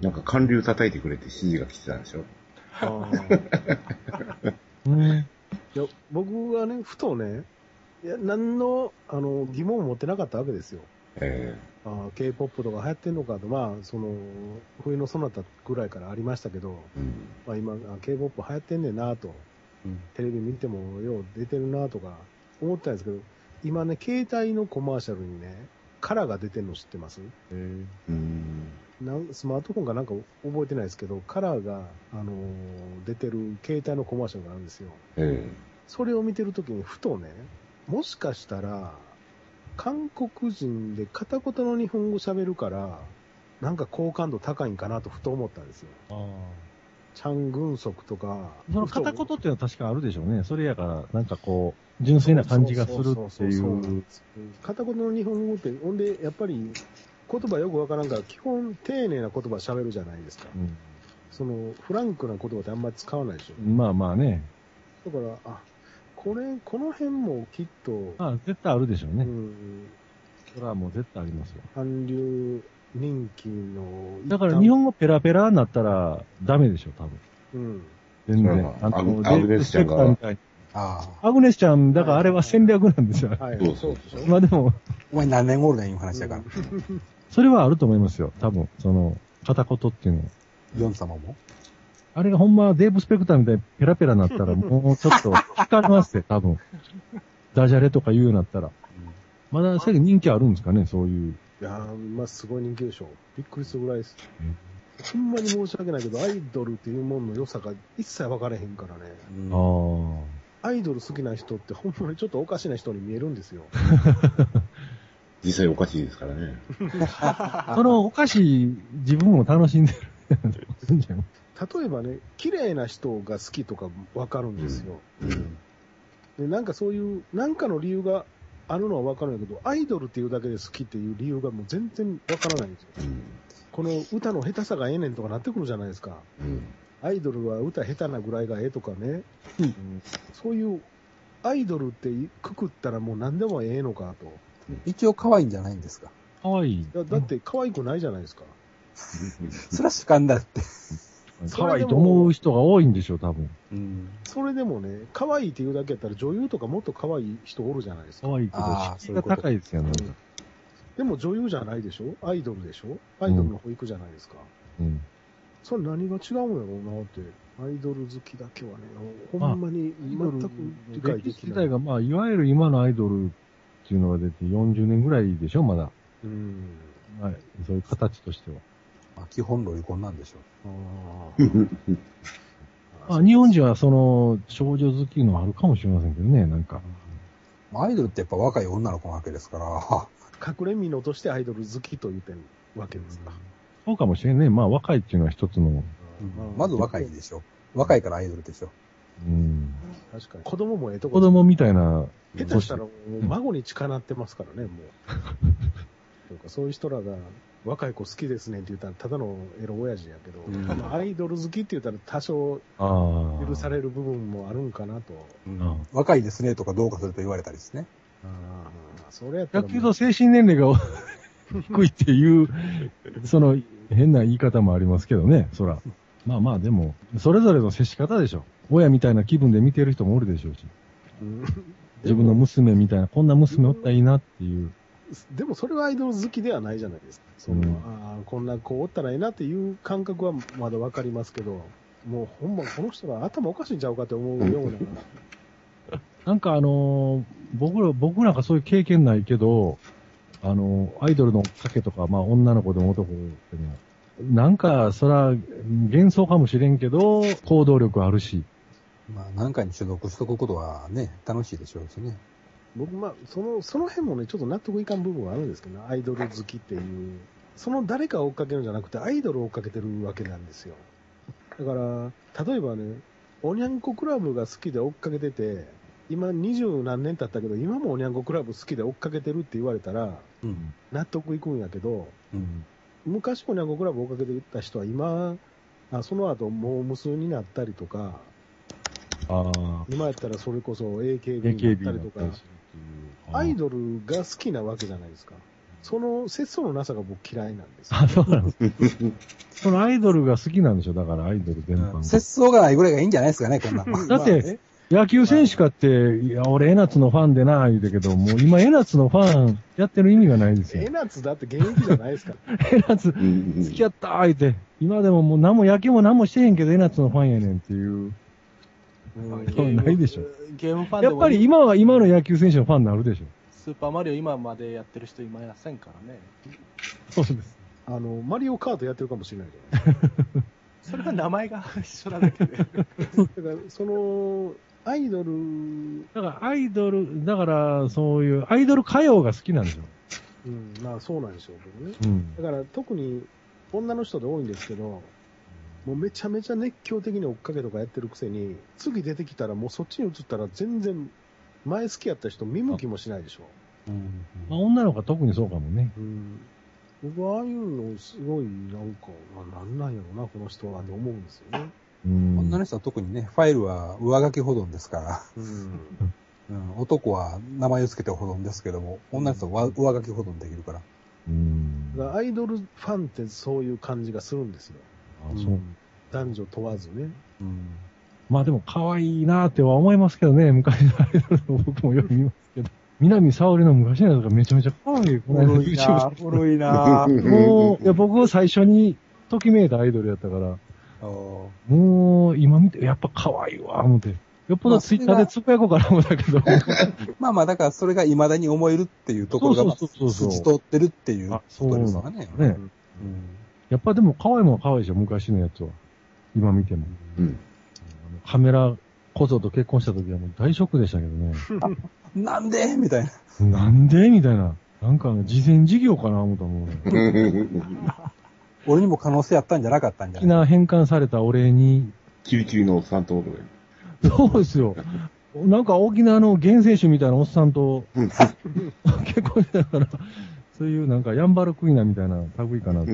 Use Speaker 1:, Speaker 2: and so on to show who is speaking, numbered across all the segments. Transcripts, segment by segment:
Speaker 1: なんか韓流叩いてくれって指示が来てたんでしょ
Speaker 2: ああ。ね。いや、僕はね、ふとね、いや、何の、あの、疑問を持ってなかったわけですよ。
Speaker 1: え
Speaker 2: ああ K-POP とか流行ってんのかと、まあ、その、冬のそなたぐらいからありましたけど、
Speaker 1: えうん。
Speaker 2: まあ今、あ K-POP 流行ってんねんなと、
Speaker 3: うん
Speaker 2: テレビ見てもよう出てるなとか思ったんですけど、今ね、携帯のコマーシャルにね、カラーが出てるの知ってます
Speaker 3: えー
Speaker 1: うん。
Speaker 2: なんスマートフォンかなんか覚えてないですけど、カラーが、あのー出てる携帯のコマーシャルがあるんですよ。
Speaker 1: え
Speaker 2: それを見てるときにふとね、もしかしたら、韓国人で片言の日本語喋るから、なんか好感度高いんかなとふと思ったんですよ。
Speaker 3: ああ。
Speaker 2: チャン・グンソクとか。
Speaker 3: その片言っていうのは確かあるでしょうね。それやから、なんかこう、純粋な感じがするってい
Speaker 2: そそそそなん
Speaker 3: う
Speaker 2: で。す片言の日本語って、ほんで、やっぱり、言葉よくわからんから、基本丁寧な言葉喋るじゃないですか。その、フランクな言葉ってあんまり使わないでし
Speaker 3: うんまあまあね。
Speaker 2: ょ。だから、あ、これ、この辺もきっと、
Speaker 3: まあ絶対あるでしょう
Speaker 2: う
Speaker 3: ね。
Speaker 2: ん、
Speaker 3: それはもう絶対ありますよ。
Speaker 2: 韓流人気の一端、
Speaker 3: だから日本語ペラペラになったらダメでしょ、多分。
Speaker 2: うん。
Speaker 3: 全
Speaker 1: それ
Speaker 3: 然
Speaker 1: は。
Speaker 3: あの
Speaker 1: アグアグネスちゃんが
Speaker 3: レッドスペクターみたいに
Speaker 4: ああ。
Speaker 3: アグネスちゃん、だからあれは戦略なんですよ。
Speaker 2: はい。
Speaker 1: そうそう
Speaker 2: そうでしょ
Speaker 3: まあでも、
Speaker 4: お前何年頃だよ、いう話だから。
Speaker 3: それはあると思いますよ。多分、その、片言っていうのは。
Speaker 4: ヨン様も。
Speaker 3: あれがほんまデーブ・スペクターみたいにペラペラになった ら、もうちょっと惹かれますって、多分。ダジャレとか言うようになったら。まだ最近人気あるんですかね、そういう。
Speaker 2: いやー、まあ、すごい人気でしょ。びっくりするぐらいです。ほんまに申し訳ないけど、アイドルっていうものの良さが一切分かれへんからね。
Speaker 4: うん
Speaker 3: ああ。
Speaker 2: アイドル好きな人ってほんまにちょっとおかしな人に見えるんですよ。
Speaker 1: 実際おかしいですからね。
Speaker 3: そのお菓子、自分も楽しんでる。
Speaker 2: 例えばね、綺麗な人が好きとかわかるんですよ。
Speaker 1: うん。
Speaker 2: で、なんかそういう、なんかの理由があるのはわかるんだけど、アイドルっていうだけで好きっていう理由がもう全然わからないんですよ。
Speaker 1: うん。
Speaker 2: この歌の下手さがええねんとかなってくるじゃないですか。
Speaker 1: うん。
Speaker 2: アイドルは歌下手なぐらいがええとかね。そういう、アイドルってくくったらもう何でもええのかと。
Speaker 4: 一応可愛いんじゃないんですか。
Speaker 3: かわいい。
Speaker 2: だだって可愛くないじゃないですか。
Speaker 4: それは主観だって。
Speaker 3: かわいいと思う人が多いんでしょう、多分。
Speaker 4: うん。
Speaker 2: それでもね、可愛いっていうだけやったら女優とかもっと可愛い人おるじゃないです
Speaker 3: か
Speaker 2: か。
Speaker 3: わいいけど、
Speaker 4: あー
Speaker 3: 敷居が高いですよね。
Speaker 2: でも女優じゃないでしょアイドルでしょアイドルの保育じゃないですか。
Speaker 3: うん。
Speaker 2: それ何が違うんやろうなって。アイドル好きだけはね、ほんまに全く理解で
Speaker 3: 歴史
Speaker 2: き
Speaker 3: 時
Speaker 2: ない。
Speaker 3: 代が、まあ、いわゆる今のアイドルっていうのが出て40年ぐらいでしょ、まだ。
Speaker 2: うん。
Speaker 3: はい。そういう形としては。
Speaker 4: まあ、基本ロイコンなんでしょ
Speaker 2: あ
Speaker 3: まあ、日本人はその、少女好きのあるかもしれませんけどね、なん
Speaker 4: う
Speaker 3: か。。
Speaker 4: まあアイドルってやっぱ若い女の子なわけですから。
Speaker 2: あ、隠れ身のとしてアイドル好きと言ってるわけですか。
Speaker 3: そうかもしれんね。まあ、若いっていうのは一つの、
Speaker 4: うんまず若いでしょ。若いからアイドルでしょ。
Speaker 3: うん。
Speaker 2: 確かに。子供もええとこ
Speaker 3: 子供みたいな、
Speaker 2: 下手したらもう孫に近なってますからね、もう。そうかそういう人らが若い子好きですねって言ったらただのエロ親父やけど、
Speaker 4: うん
Speaker 2: まあアイドル好きって言ったら多少
Speaker 3: ああ。
Speaker 2: 許される部分もあるんかなと。
Speaker 3: あ
Speaker 4: 若いですねとかどうかすると言われたりですね。
Speaker 2: ああ、それやったら
Speaker 3: 野
Speaker 2: もう。
Speaker 3: 球の精神年齢が 低いっていう、その変な言い方もありますけどね、そら。まあまあでも、それぞれの接し方でしょ。親みたいな気分で見てる人もおるでしょうし。
Speaker 2: うん
Speaker 3: 自分の娘みたいな、こんな娘おったらいいなっていう。
Speaker 2: でもそれはアイドル好きではないじゃないですか。その
Speaker 3: うん
Speaker 2: ああこんな子おったらええなっていう感覚はまだわかりますけど、もうほんまこの人が頭おかしいんちゃうかって思うよう な。
Speaker 3: なんかあのー僕ら、僕なんかそういう経験ないけど、あのーアイドルの賭けとか、まあ女の子でも男でも、なんか、そら、幻想かもしれんけど、行動力あるし。
Speaker 4: まあ何かに所属しとくことはね、楽しいでしょうしね。
Speaker 2: 僕、まあ、その、その辺もね、ちょっと納得いかん部分はあるんですけどね、アイドル好きっていう。その誰かを追っかけるんじゃなくて、アイドルを追っかけてるわけなんですよ。だから、例えばね、おにゃんこクラブが好きで追っかけてて、今二十何年経ったけど、今もおにゃんこクラブ好きで追っかけてるって言われたら、
Speaker 4: うん。
Speaker 2: 納得いくんやけど、
Speaker 4: うん。
Speaker 2: 昔おにゃんこクラブ追っかけてた人は今、あその後もう無数になったりとか、
Speaker 3: ああ。
Speaker 2: 今やったらそれこそ AKB にな
Speaker 3: AKB
Speaker 2: った
Speaker 3: だっ
Speaker 2: り
Speaker 3: たり
Speaker 2: と
Speaker 3: する
Speaker 2: か
Speaker 3: っ、ていう。
Speaker 2: アイドルが好きなわけじゃないですか。その節操のなさが僕嫌いなんですよ
Speaker 3: あ、そうなの。 そのアイドルが好きなんでしょだからアイドル全般が。
Speaker 4: 節操がないぐらいがいいんじゃないですかね、こんなの。
Speaker 3: だって、野球選手かって、いや、俺、江夏のファンでな、言うてけど、もう今、江夏のファンやってる意味がないです
Speaker 2: え
Speaker 3: よ。
Speaker 2: なつだって現役じゃないですから。
Speaker 3: 江夏、
Speaker 1: うん
Speaker 3: 付き合った、言うて。今でももう何も野球も何もしてへんけど、江夏のファンやねんっていう。
Speaker 5: うん
Speaker 3: そうないでしょ。
Speaker 5: ゲームファンで
Speaker 3: や
Speaker 5: も
Speaker 3: っぱり今は今の野球選手のファンになるでしょ。
Speaker 5: スーパーマリオ今までやってる人いませんからね。
Speaker 3: そうです。
Speaker 2: あの、マリオカートやってるかもしれないじゃない
Speaker 5: それは名 前が一緒なだけ
Speaker 2: で
Speaker 5: で。
Speaker 2: すか。だから、その、アイドル、
Speaker 3: だからアイドル、だからそういう、アイドル歌謡が好きなんでしょ。
Speaker 2: うん、まあそうなんでしょうけどね。
Speaker 3: うん
Speaker 2: だ。から特に女の人で多いんですけど、もうめちゃめちゃ熱狂的に追っかけとかやってるくせに、次出てきたらもうそっちに移ったら全然、前好きやった人見向きもしないでしょ。
Speaker 4: うん
Speaker 3: まあ、女の子は特にそうかもね。
Speaker 2: うん。僕はああいうのすごいなんか、あなんなんやろな、この人はって思うんですよね。
Speaker 3: うん。
Speaker 4: 女の人は特にね、ファイルは上書き保存ですから、
Speaker 2: うん。
Speaker 4: うん、男は名前を付けて保存ですけども、女の人は上上書き保存できるから。
Speaker 3: うん。
Speaker 2: だからアイドルファンってそういう感じがするんですよ。
Speaker 3: あそう。
Speaker 2: 男女問わずね。
Speaker 4: うん
Speaker 3: まあでも可愛いなーっては思いますけどね、昔のアイドルの僕もよく見ますけど。南沙織の昔のやつがめちゃめちゃ可愛い。この間 YouTube
Speaker 5: 古いな
Speaker 1: ぁ
Speaker 3: もう、いや僕は最初にときめいたアイドルやったから、
Speaker 4: おー
Speaker 3: もう今見て、やっぱ可愛いわ、思って。よっぽどツイッターでつぶやこうかな思ったけど。
Speaker 4: まあまあ、だからそれが未だに思えるっていうところが、まあ
Speaker 3: そうそうそうそう
Speaker 4: 筋通ってるっていう
Speaker 3: あ
Speaker 4: こ
Speaker 3: そう
Speaker 4: と
Speaker 3: なん
Speaker 4: で
Speaker 3: ですす
Speaker 4: からね。
Speaker 3: ね。
Speaker 4: うん
Speaker 3: やっぱでも可愛いもんは可愛いでしょ、昔のやつは。今見ても。
Speaker 1: うん。
Speaker 3: カメラ小僧と結婚した時はもう大ショックでしたけど ね。
Speaker 4: なんでみたいな。
Speaker 3: なんでみたいな。なんか、事前事業かな思ったもん。俺
Speaker 4: 俺にも可能性あったんじゃなかったんじゃ
Speaker 3: 沖
Speaker 4: ない
Speaker 3: 縄返還されたお礼に。
Speaker 1: キリキリのおっさんと、とか
Speaker 3: そうですよ。なんか沖縄の原選手みたいなおっさんと 結婚してたから、そういうなんかヤンバルクイナみたいな類かなと。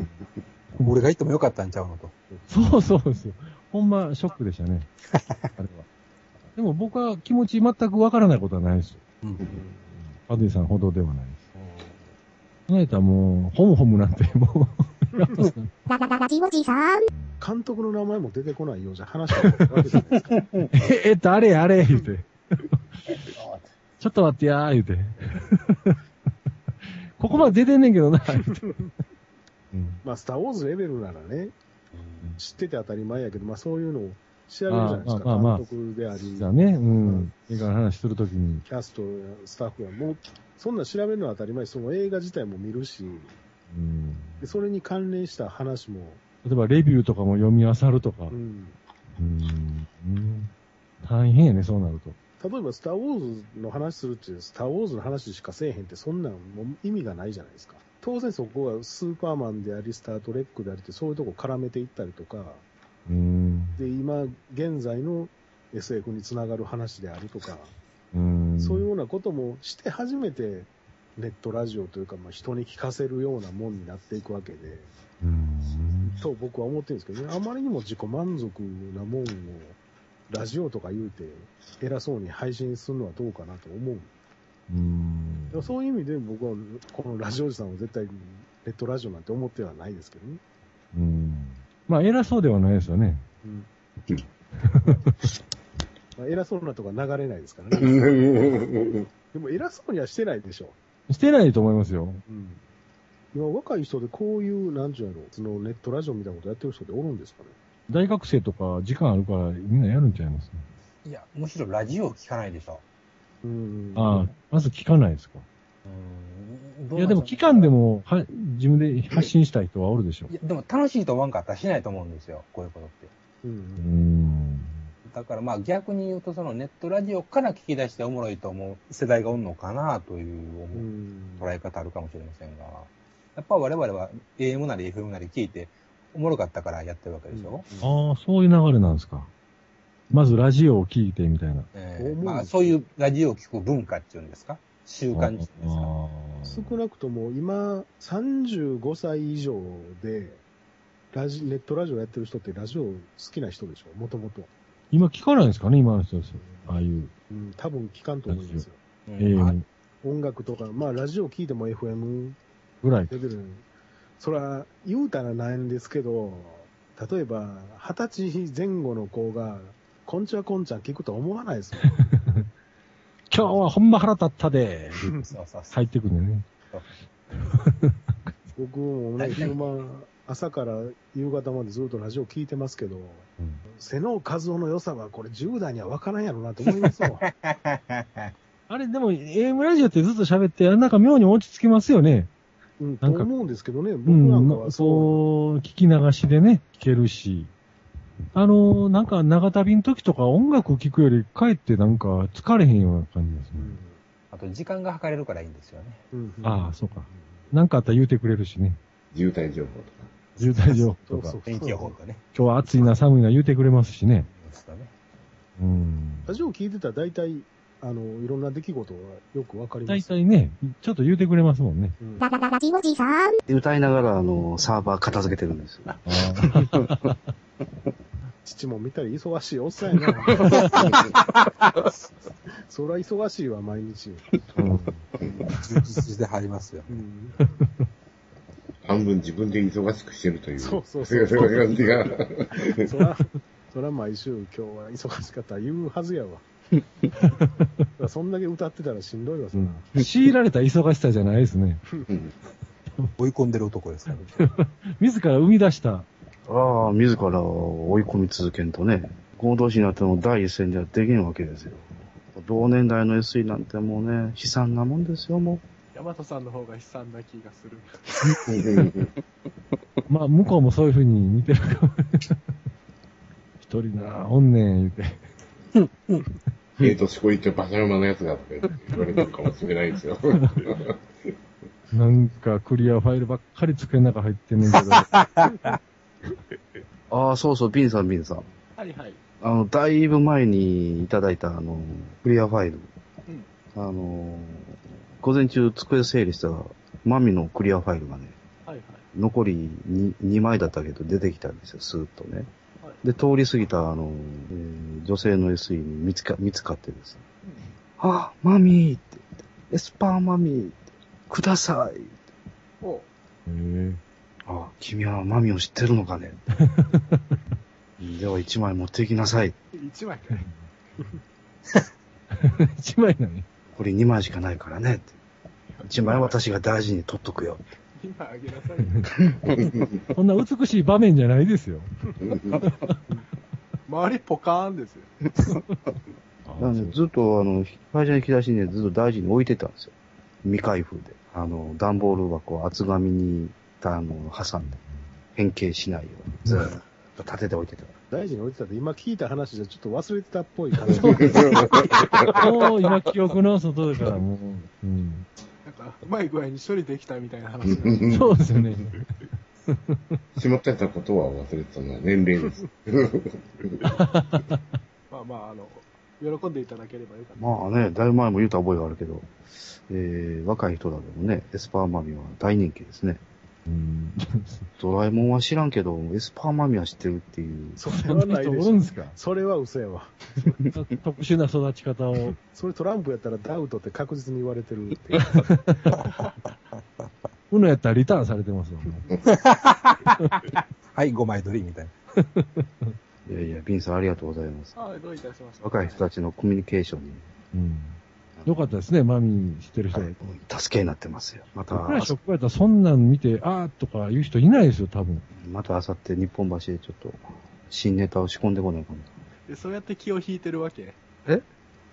Speaker 4: 俺が行ってもよかったんちゃうのと。
Speaker 3: そうそうですよ。ほんまショックでした ね。あれは。でも僕は気持ち全くわからないことはないですよ。
Speaker 4: うん
Speaker 3: アディさんほどではないです。その人はもう、ホムホムなんてもう、やっ ぱ
Speaker 6: ララララジオジさーん。
Speaker 2: 監督の名前も出てこないようじゃ話してるわけじゃないですか。
Speaker 3: え、えっと、あれあれ、言うて。 ちょっと待ってやー、言うて。 ここまで出てんねんけど な、言うて。うん
Speaker 2: まあ、スター・ウォーズレベルならね、知ってて当たり前やけど、まあそういうのを調べるじゃないですか。
Speaker 3: ああまあまあ
Speaker 2: 監督であり、
Speaker 3: じゃあね、うん。映画の話するときに。
Speaker 2: キャストやスタッフや、もう、そんなん調べるのは当たり前、その映画自体も見るし、
Speaker 3: うん
Speaker 2: でそれに関連した話も、
Speaker 3: 例えば、レビューとかも読み漁るとか。う
Speaker 2: うんん。
Speaker 3: うん大変やね、そうなると。
Speaker 2: 例えば、スター・ウォーズの話するっていう、スター・ウォーズの話しかせえへんって、そんなんもう意味がないじゃないですか。当然そこはスーパーマンであり、スター・トレックでありって、そういうとこ絡めていったりとか、
Speaker 3: うん。
Speaker 2: で、今、現在の SF につながる話であるとか、
Speaker 3: うん
Speaker 2: そういうようなこともして初めて、ネットラジオというか、まあ、人に聞かせるようなもんになっていくわけで、
Speaker 3: うん
Speaker 2: と僕は思ってるんですけどね、あまりにも自己満足なもんを、ラジオとか言うて、偉そうに配信するのはどうかなと思う。
Speaker 3: うん
Speaker 2: だからそういう意味で僕は、このラジオおじさんは絶対、ネットラジオなんて思ってはないですけどね。
Speaker 3: うんまあ、偉そうではないですよね。
Speaker 2: うん
Speaker 1: うん
Speaker 2: まあ偉そうなとか流れないですからね。 でも偉そうにはしてないでしょ。
Speaker 3: してないと思いますよ。
Speaker 2: うん。今、若い人でこういう、なんちゅうやろ、そのネットラジオみたいなことやってる人っておるんですかね。
Speaker 3: 大学生とか時間あるからみんなやるんちゃいます、
Speaker 4: いや、むしろラジオを聞かないでしょ。
Speaker 2: うん。
Speaker 3: ああ、まず聞かないですか。
Speaker 4: うん
Speaker 3: いや、でも期間で。もは自分で発信したい人はおるでしょ
Speaker 4: い。や、でも楽しいと思わんかったらしないと思うんですよ。こういうことって。
Speaker 2: う。
Speaker 3: うんん。
Speaker 4: だからまあ逆に言うと、そのネットラジオから聞き出しておもろいと思う世代がおんのかなという
Speaker 2: う。
Speaker 4: 思うん捉え方あるかもしれませんが、やっぱ我々は AM なり FM なり聞いて、おもろかったからやってるわけでしょ、
Speaker 3: ああ、そういう流れなんですか。まずラジオを聞いてみたいな。
Speaker 4: え
Speaker 2: 思う
Speaker 4: え
Speaker 2: んです
Speaker 4: まあそういうラジオを聞く文化っていうんですか習慣っていうんです
Speaker 3: あ
Speaker 4: か
Speaker 2: 少なくとも今、35歳以上で、ラジ、ネットラジオやってる人ってラジオ好きな人でしょもともと。
Speaker 3: あ今聞かないんですかね、今の人です。ああいう。
Speaker 2: うん、多分聞かんと思いますよ。
Speaker 4: うん
Speaker 3: ええ
Speaker 4: はい。
Speaker 2: 音楽とか、まあラジオ聞いても FM
Speaker 3: ぐらい。
Speaker 2: レベルにそら、言うたらなんですけど、例えば、二十歳前後の子が、こんちゃこんちゃ聞くとは思わないです
Speaker 3: 今日はほんま腹立ったで、
Speaker 2: もん
Speaker 4: そうそうそう。
Speaker 3: 入ってくるんだよね。
Speaker 2: 僕も
Speaker 4: は
Speaker 2: ね、
Speaker 4: い
Speaker 2: 昼間、朝から夕方までずっとラジオ聞いてますけど、
Speaker 3: うん
Speaker 2: 瀬能和夫の良さはこれ10代には分からんやろなと思いますよ。
Speaker 3: あれ、でも、AM ラジオってずっと喋って、なんか妙に落ち着きますよね。
Speaker 2: うん、と
Speaker 3: なんか
Speaker 2: 思うんですけどね、僕
Speaker 3: う
Speaker 2: なんか
Speaker 3: ん、
Speaker 2: はそう。
Speaker 3: そう、聞き流しでね、聞けるし。あのー、なんか長旅の時とか音楽聞くより、かえってなんか疲れへんような感じです
Speaker 2: う
Speaker 3: ね
Speaker 2: ん。
Speaker 4: あと、時間が測れるからいいんですよね。
Speaker 2: うんうん
Speaker 3: ああ、そうか。なんかあったら言うてくれるしね。
Speaker 1: 渋滞情報とか。
Speaker 3: 渋滞情報とか。
Speaker 2: そうそう
Speaker 4: 天気予報とね。
Speaker 3: 今日は暑いな、寒いな言うてくれますしね。
Speaker 4: そうだね。
Speaker 3: うん。
Speaker 2: ラジオ聞いてたら大体、あの、いろんな出来事がよく分かりま
Speaker 3: 大
Speaker 2: す。
Speaker 3: 体ね、ちょっと言うてくれますもんね。
Speaker 2: うん
Speaker 6: ララララジオジさん
Speaker 7: 歌いながら、あの、サーバー片付けてるんですよ。
Speaker 2: 父も見たり忙しいおっさん やな。そら忙しいわ、毎日。
Speaker 3: うん
Speaker 4: 充実して入りますよ。
Speaker 2: うん、
Speaker 1: 半分自分で忙しくしてるという。
Speaker 2: そうそうそう
Speaker 1: そういう感じが。
Speaker 2: そら、そら毎週今日は忙しかったら言うはずやわ。そんだけ歌ってたらしんどいわ、そら。
Speaker 3: うん強いられた忙しさじゃないですね。
Speaker 1: うん
Speaker 4: 追い込んでる男ですから。
Speaker 3: 自ら生み出した。
Speaker 7: ああ、自らを追い込み続けんとね、合同士になっても第一線ではできんわけですよ。同年代の SE なんてもうね、悲惨なもんですよ、も
Speaker 5: 大和さんの方が悲惨な気がする。
Speaker 3: まあ、向こうもそういう風に見てるかも。一人な、おんねん、言うて。
Speaker 1: えっと、しこいってバシャルマのやつがとか言われてるかもしれないですよ。
Speaker 3: なんか、クリアファイルばっかり机の中入ってんねんけど。あ
Speaker 7: う。ああ、そうそう、ビンさん、ビンさん。
Speaker 5: はいはい。
Speaker 7: あの、だいぶ前にいただいた、あの、クリアファイル。あの、午前中机整理したら、マミのクリアファイルがね、
Speaker 5: はいはい。
Speaker 7: 残り 2, 2枚だったけど出てきたんですよ、スーッとね。
Speaker 5: はい
Speaker 7: で、通り過ぎた、あの、えー女性の SE に見つか、見つかってですね。あ、マミーって言ってエスパーマミーってください。
Speaker 5: お
Speaker 3: え
Speaker 7: あ、君はマミを知ってるのか ねでは1枚持っていきなさい。
Speaker 5: 一枚かい。
Speaker 3: 一枚なのに。
Speaker 7: これ2枚しかないからねって。1枚私が大事に取っとくよ。
Speaker 5: 今あげなさい。
Speaker 3: こんな美しい場面じゃないです よ。
Speaker 5: 周りポカーンですよ。
Speaker 7: なんでずっとあの、会社に引き出しにね、ずっと大事に置いてたんですよ。未開封で。あの、段ボール箱を厚紙に、あの、挟んで、変形しないように、ずーっと立てておいてた。
Speaker 2: 大事に置いてたって、今聞いた話じゃちょっと忘れてたっぽい感じ。
Speaker 3: もう、今、記憶の外だから、もう。うん、
Speaker 5: なんか、うまい具合に処理できたみたいな話が。
Speaker 3: そうですよね。
Speaker 1: しまってたことは忘れてたのは年齢です。
Speaker 5: まあまあ、あの、喜んでいただければよかった。
Speaker 7: まあね、だいぶ前も言うた覚えがあるけど、えー、若い人らでもね、エスパーマミは大人気ですね。
Speaker 3: うん、
Speaker 7: ドラえもんは知らんけど、エスパーマミは知ってるっていう。
Speaker 2: それ
Speaker 3: そ
Speaker 2: は
Speaker 3: んな
Speaker 2: ない
Speaker 3: 人お
Speaker 2: で
Speaker 3: る
Speaker 2: しょ。
Speaker 3: んですか
Speaker 2: それは嘘やわ。
Speaker 3: 特殊な育ち方を。
Speaker 2: それトランプやったらダウトって確実に言われてるって。
Speaker 3: うのやったらリターンされてますわ。もう
Speaker 4: はい、5枚取りみたいな。
Speaker 7: いやいや、ビンさんありがとうございます。
Speaker 5: ああ、どういたしました。
Speaker 7: 若い人たちのコミュニケーションに、
Speaker 3: うん、よかったですね、マミー知ってる人
Speaker 7: は
Speaker 3: が
Speaker 7: い。助けになってますよ。また、
Speaker 3: 僕ら職場やったらそんなん見て、あーとか言う人いないですよ、多分。
Speaker 7: またあさって日本橋でちょっと新ネタを仕込んでこないかな。
Speaker 5: でそうやって気を引いてるわけ
Speaker 7: え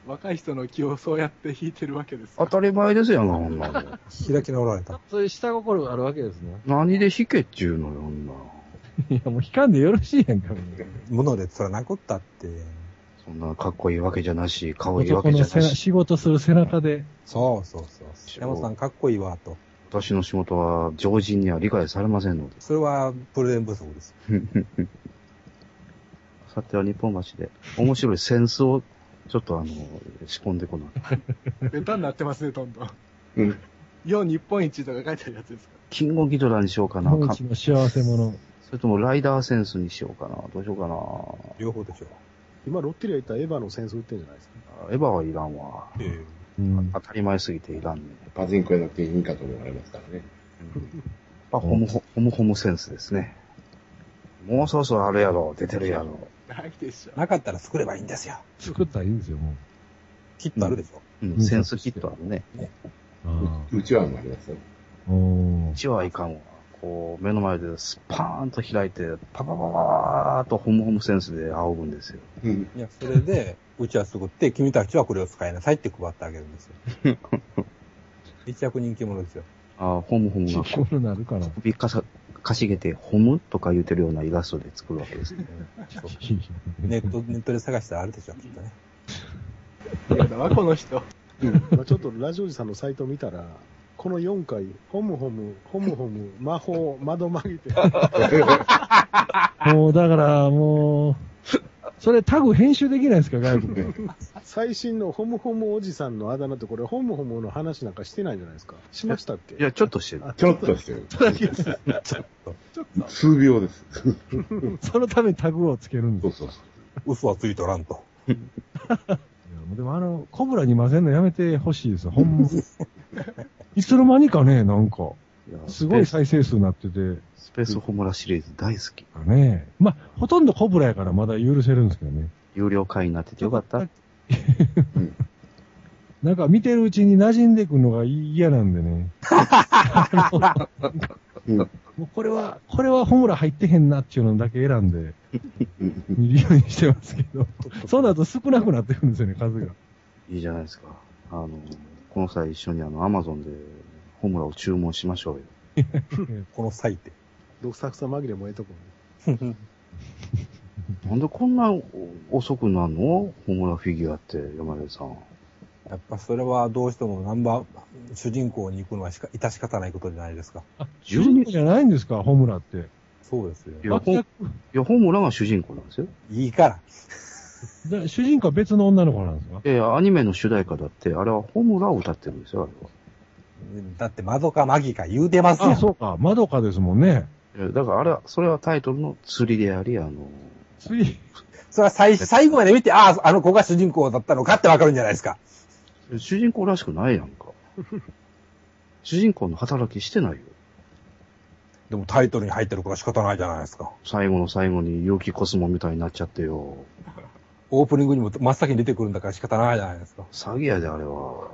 Speaker 5: 若い人の気をそうやって引いてるわけですよ
Speaker 7: 当たり前ですよ、ほんなの。
Speaker 4: 開き直られた。
Speaker 3: そういう下心があるわけですね。
Speaker 7: 何で弾けっちゅうのよ、ほんなの。
Speaker 3: いや、もう引かんでよろしいやんか。
Speaker 4: 物でらなこったって。
Speaker 7: そんなかっこいいわけじゃなし、かわいいわ
Speaker 3: 男
Speaker 7: けじ
Speaker 3: の
Speaker 7: ゃ
Speaker 3: 背
Speaker 7: な
Speaker 3: 中
Speaker 7: し。
Speaker 3: 仕事する背中で。
Speaker 4: そうそうそう。山本さんかっこいいわ、と。
Speaker 7: 私の仕事は常人には理解されません ので。
Speaker 4: それはプレゼン不足です。
Speaker 7: あさっては日本橋で面白いセンスをちょっとあの、仕込んでこない。
Speaker 5: ベタになってますね、どんどん。
Speaker 1: うん
Speaker 5: 世日本一とか書いてあるやつですか
Speaker 7: キングギドラにしようかな。
Speaker 3: もう
Speaker 7: か
Speaker 3: 一の幸せ者。
Speaker 7: それともライダーセンスにしようかな。どうしようかな。
Speaker 4: 両方でしょ。
Speaker 2: 今、ロッテリア行ったらエヴァの戦争売ってるんじゃないですか。
Speaker 7: エヴァはいらんわ。
Speaker 4: ええ
Speaker 3: うん。
Speaker 7: 当たり前すぎていらんね。
Speaker 1: パチンコやなくていいんかと思われますからね。
Speaker 7: あ、ホムホ、ホムホムセンスですね。もうそろそろあるやろ、出てるやろ。
Speaker 5: ないで しょ。
Speaker 4: なかったら作ればいいんですよ。
Speaker 3: 作ったらいいんですよ、もう。
Speaker 4: きっとあるでしょ。
Speaker 7: うん、センスキットあるね。
Speaker 3: あ
Speaker 1: うちわもありますよ。
Speaker 3: あ。お
Speaker 7: う
Speaker 3: ー
Speaker 7: ちはいかんわ。こう、目の前でスパーンと開いて、パパパパーっとホムホムセンスで仰ぐんですよ。
Speaker 1: うん。
Speaker 4: いや、それで、うちは作って、君たちはこれを使いなさいって配ってあげるんですよ。 一躍人気者ですよ。
Speaker 7: あホムホムがこ
Speaker 3: こうなるから。
Speaker 7: う首かさ、かしげて、ホムとか言うてるようなイラストで作るわけ ですね。
Speaker 4: ネット、ネットで探したらあるでしょ、きっとね。
Speaker 5: やだわ、この人。
Speaker 2: まあ、ちょっとラジオおじさんのサイト見たら、この4回、ホムホム、ホムホム、魔法、窓曲げて、
Speaker 3: もう、だから、もう、それタグ編集できないですか、外部 で。
Speaker 2: 最新のホムホムおじさんのあだ名ってこれ、ホムホムの話なんかしてないじゃないですか。しましたっけ
Speaker 7: いや、ちょっとしてる。
Speaker 1: ちょっとしてる。
Speaker 5: ちょっ
Speaker 1: 数秒です。
Speaker 3: そのためにタグをつけるん
Speaker 1: そ
Speaker 3: で
Speaker 1: う
Speaker 3: す。
Speaker 1: そうそう。
Speaker 4: 嘘はついとらんと。
Speaker 3: いやでもあの、コブラに混ぜるのやめてほしいですよ、ほん ま。いつの間にかね、なんか、すごい
Speaker 7: スペ
Speaker 3: 再
Speaker 7: ー
Speaker 3: 生数になってて、
Speaker 7: ス。スペースホムラシリーズ大好き。
Speaker 3: ね。まあ、ほとんどコブラやからまだ許せるんですけどね。
Speaker 7: 有料会員になっててよかった。
Speaker 3: なんか見てるうちに馴染んでくるのが嫌なんでね。
Speaker 1: うん
Speaker 3: もうこれは、これはホムラ入ってへんなっていうのだけ選んで、
Speaker 1: うん
Speaker 3: 見るようにしてますけど、そうなると少なくなってくるんですよね、数が。
Speaker 7: いいじゃないですか。あの、この際一緒にあの、アマゾンで、ホムラを注文しましょうよ。
Speaker 4: この際って。
Speaker 2: どさくさ紛れもええとこ
Speaker 7: なんでこんな遅くなるのホムラフィギュアって、山根さん。
Speaker 4: やっぱそれはどうしてもナンバー、主人公に行くのはしか、致し方ないことじゃないですか。
Speaker 3: 主人公じゃないんですか、ホムラって。
Speaker 4: そうですよ。
Speaker 7: いや、ほんいやホムラが主人公なんですよ。
Speaker 4: いいから。
Speaker 3: だ主人公は別の女の子なんですか
Speaker 7: いやいや、アニメの主題歌だって、あれはホムラを歌ってるんですよ、あ
Speaker 4: だって、マドかマギか言うてますよ。
Speaker 3: あ、そうか、まどかですもんね。
Speaker 7: れは。いやだからあれは、それはタイトルの釣りであり、あの、
Speaker 3: 次、
Speaker 4: それは最、最後まで見て、ああ、あの子が主人公だったのかってわかるんじゃないですか。
Speaker 7: 主人公らしくないやんか。主人公の働きしてないよ。
Speaker 4: でもタイトルに入ってるから仕方ないじゃないですか。
Speaker 7: 最後の最後に陽気コスモみたいになっちゃってよ。
Speaker 4: オープニングにも真っ先に出てくるんだから仕方ないじゃないですか。
Speaker 7: 詐欺やで、あれは。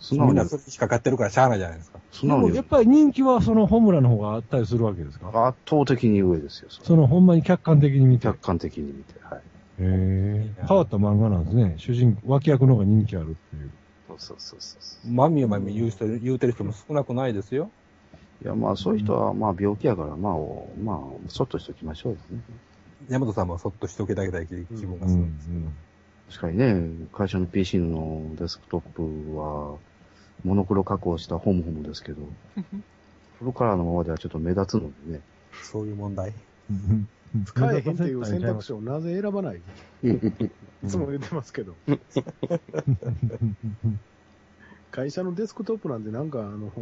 Speaker 7: 素
Speaker 4: み
Speaker 7: 直
Speaker 4: んな
Speaker 7: に
Speaker 4: そ、れに引っかかってるからしゃあないじゃないですか。
Speaker 7: 素
Speaker 3: で
Speaker 7: 直
Speaker 3: も
Speaker 7: に
Speaker 3: やっ、ぱり人気はそのホムラの方があったりするわけですか
Speaker 7: 圧倒的に上ですよ、それ
Speaker 3: そのほんまに客観的に見て。へ
Speaker 7: 客観的に見て。はい。
Speaker 3: え。変わった漫画なんですね。主人公、脇役の方が人気あるっていう。
Speaker 7: そうそうそうそう。
Speaker 4: まみまみ言う人、言うてる人も少なくないですよ。
Speaker 7: いや、まあ、そういう人は、まあ、病気やから、まあ、おまあ、そっとしときましょうよね。
Speaker 4: 山本さんもそっとしておけたけたい気分が
Speaker 3: う
Speaker 4: す
Speaker 3: んう
Speaker 4: るんですけど。
Speaker 3: ん。
Speaker 7: 確かにね、会社の PC のデスクトップは、モノクロ加工したホムホムですけど、フルカラーのままではちょっと目立つのでね。
Speaker 4: そういう問題。
Speaker 3: うん
Speaker 2: 使えへんっていう選択肢をなぜ選ばないいつも言ってますけど。会社のデスクトップなんてなんか、あの、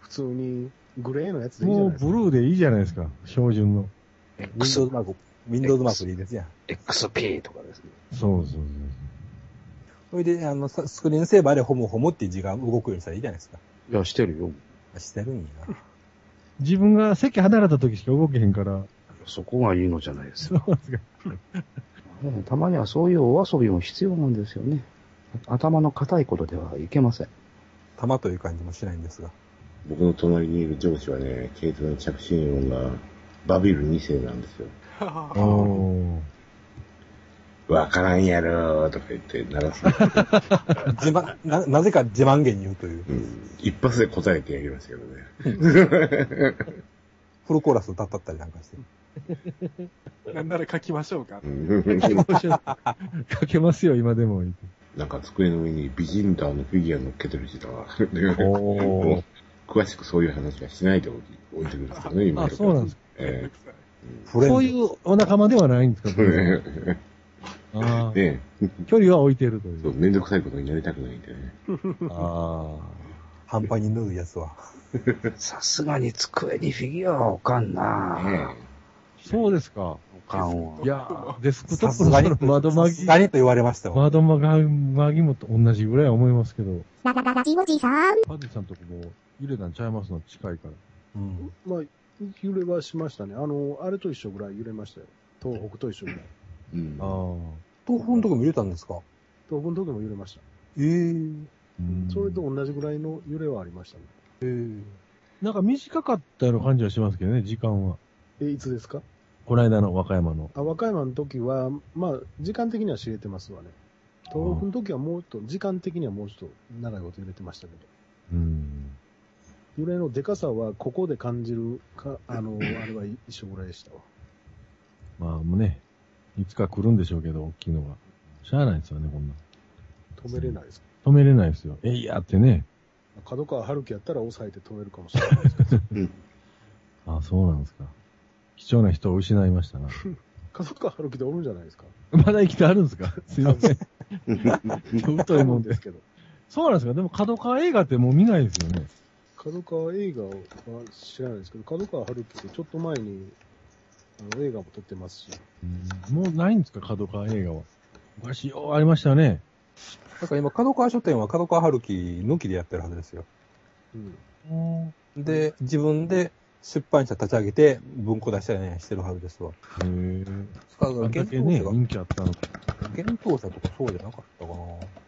Speaker 2: 普通にグレーのやつでいいじゃな
Speaker 3: もう
Speaker 2: いです
Speaker 3: ブ
Speaker 2: か。
Speaker 3: ルーでいいじゃないですか。標準の。
Speaker 4: Windows マーク、Windows マークでいいですやん。
Speaker 7: XP とかですね。
Speaker 3: そうそうそう。
Speaker 4: それで、あの、さスクリーンセーバーでホモホモっていう字が動くようにしたらいいじゃないですか。
Speaker 7: いや、してるよ。
Speaker 4: してるんやな。
Speaker 3: 自分が席離れた時しか動けへんから。
Speaker 7: そこがいいのじゃないです
Speaker 3: そう
Speaker 7: か。
Speaker 3: なんですか。
Speaker 7: ねたまにはそういうお遊びも必要なんですよね。頭の固いことではいけません。
Speaker 4: 玉という感じもしないんですが。
Speaker 1: 僕の隣にいる上司はね、軽トラの着信音がバビル2世なんですよ。
Speaker 3: お
Speaker 1: わからんやろーとか言って鳴らす。
Speaker 4: 自慢、な、なぜか自慢げに言うという。
Speaker 1: うん一発で答えてやりましたけどね。
Speaker 4: フルコーラス歌ったったりなんかして。
Speaker 5: なんなら書きましょうか
Speaker 1: う。ん
Speaker 3: かけますよ、今でも。
Speaker 1: なんか机の上にビジンダーのフィギュア乗っけてる人が、
Speaker 3: おー
Speaker 1: 詳しくそういう話はしないで置いてくるんですけどね、今
Speaker 3: あ、そうなんですすか。
Speaker 5: めんど
Speaker 1: え
Speaker 5: くさい。
Speaker 4: フレンド
Speaker 3: そういうお仲間ではないんです
Speaker 1: え
Speaker 3: かあー
Speaker 1: ねえ
Speaker 3: 距離は置いてるとい
Speaker 1: そう
Speaker 3: う。
Speaker 1: めんどくさいことになりたくないんでね。
Speaker 3: ああ。
Speaker 4: 半端に縫うやつは。
Speaker 7: さすがに机にフィギュアは置かんな
Speaker 1: ね
Speaker 3: そうですか。
Speaker 7: お感音
Speaker 3: い
Speaker 7: は。
Speaker 3: やー、デスクトップのその窓まぎ、
Speaker 4: 何と言われましたわ。
Speaker 3: 窓まがまぎもと同じぐらい思いますけど、
Speaker 6: ララララジオジさーん。
Speaker 3: パディさんとこも揺れたんちゃいますの近いから。
Speaker 4: うん。
Speaker 2: まあ、揺れはしましたね。あの、あれと一緒ぐらい揺れましたよ。東北と一緒ぐらい。
Speaker 1: うん。
Speaker 3: ああ。
Speaker 4: 東宝のとこ見れたんですか
Speaker 2: 東北の時も揺れました。
Speaker 4: ええ
Speaker 3: うん
Speaker 2: それと同じぐらいの揺れはありましたね。
Speaker 3: なんか短かったような感じはしますけどね、時間は。
Speaker 2: え、いつですか
Speaker 3: この間の和歌山の。
Speaker 2: あ和歌山の時は、まあ、時間的には知れてますわね。東北の時はもうちょっと、時間的にはもうちょっと長いこと揺れてましたけど。
Speaker 3: うん。
Speaker 2: 揺れのでかさは、ここで感じるか、あの、あれは一緒ぐらいでしたわ。
Speaker 3: まあもうね、いつか来るんでしょうけど、大きいのが。しゃあないですよね、こんなん。
Speaker 2: 止めれないです。
Speaker 3: 止めれないですよ。えいやってね。
Speaker 2: 角川春樹やったら抑えて止めるかも しれないですけど。
Speaker 3: ああそうなんですか。貴重な人を失いましたな。
Speaker 2: 角川春樹でおるんじゃないですか
Speaker 3: まだ生きてあるんですかすいま せん。太いもん
Speaker 2: で
Speaker 3: で。
Speaker 2: すけど。
Speaker 3: そうなんですか。でも角川映画ってもう見ないですよね。
Speaker 2: 角川映画は知らないですけど、角川春樹ってちょっと前に、あの、映画も撮ってますし。
Speaker 3: もうないんですか角川映画は。昔ようありましたね。
Speaker 4: だから今、角川書店は角川春樹抜きでやってるはずですよ。
Speaker 2: うん。
Speaker 4: で、自分で出版社立ち上げて文庫出したりね、してるはずですわ。
Speaker 3: へえ。
Speaker 4: だ
Speaker 3: あ
Speaker 4: から
Speaker 3: んだ
Speaker 4: 幻
Speaker 3: け
Speaker 4: 冬
Speaker 3: ね、
Speaker 4: 舎が、
Speaker 3: 人気あったのか。
Speaker 4: 幻冬舎とかそうじゃなかったかな。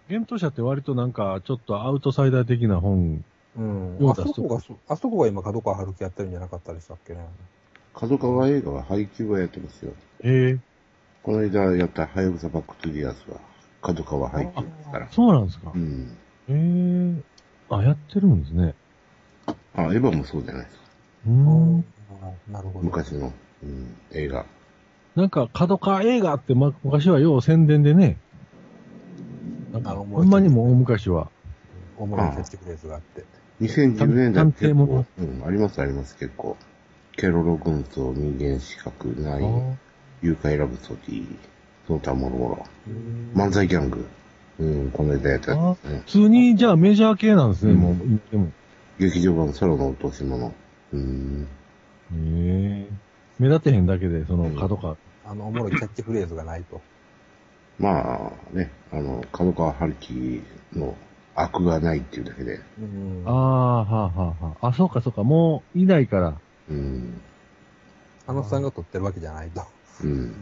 Speaker 3: ゲント社って割となんか、ちょっとアウトサイダー的な本。
Speaker 4: うん。
Speaker 3: よう
Speaker 4: あ
Speaker 3: 出
Speaker 4: そ
Speaker 3: すと
Speaker 4: こがそ、あそこが今、角川春樹やってるんじゃなかったでしたっけね。
Speaker 1: 角川映画は配給はやってますよ。
Speaker 3: へえ。
Speaker 1: この間やったハヤブサバックトゥリアスは角川配給ですから。
Speaker 3: そうなんですか
Speaker 1: う。ん。
Speaker 3: へえ。あ、やってるんですね。
Speaker 1: あ、エヴァもそうじゃないですか。
Speaker 3: うーん。
Speaker 4: うんなるほど。
Speaker 1: 昔の、うん、映画。
Speaker 3: なんか、角川映画って、ま、昔はよう宣伝でね。なんか、
Speaker 4: あの
Speaker 3: ほんまにもう大昔は。
Speaker 4: おもろいキャッチフレーズがあって。
Speaker 1: 2010年代
Speaker 3: 探
Speaker 1: 結
Speaker 3: 偵も
Speaker 1: 構、うん、ありますあります結構。ケロロ軍曹、人間資格、ない、誘拐ラブソディ、その他もろもろ。漫才ギャング。うん、この間やったやつですね。
Speaker 3: 普通に、じゃあメジャー系なんですね、
Speaker 1: うん
Speaker 3: もう、でも。
Speaker 1: 劇場版サロの落とし物。うん。
Speaker 3: へえ。目立てへんだけで、その角川。
Speaker 4: あの、おもろいキャッチフレーズがないと。
Speaker 1: まあね、あの、角川春樹の悪がないっていうだけで。
Speaker 4: うん。
Speaker 3: ああ、はあ、はあ、はあ。あ、そうか、そうか。もう、いないから。
Speaker 1: うん。
Speaker 4: あのさんが撮ってるわけじゃない と。
Speaker 1: うん。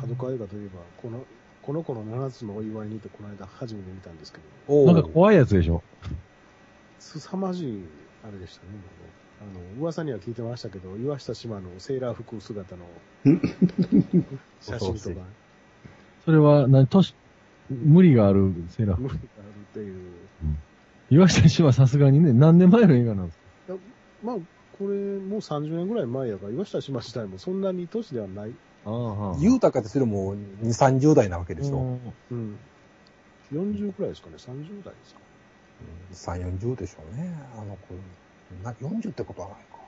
Speaker 2: 角川映画といえば、この、この子の7つのお祝いにってこの間初めて見たんですけど、
Speaker 4: お
Speaker 3: なんか
Speaker 4: お。
Speaker 3: 怖いやつでしょ。
Speaker 2: 凄まじい、あれでしたね。もうあの、噂には聞いてましたけど、岩下島のセーラー服姿の写真とか、
Speaker 3: それは、な、都市、無理があるセーラー
Speaker 2: 無理があるっていう。
Speaker 3: 岩下氏はさすがにね、何年前の映画なんですか
Speaker 2: まあ、これもう30年ぐらい前やから、岩下島自体もそんなに都市ではない。
Speaker 3: ああ、は
Speaker 4: ゆうたかってそれも2、30代なわけでしょ。
Speaker 2: うん。40くらいですかね、30代ですか。
Speaker 4: 3、40でしょうね。あの子。な40ってことはないか。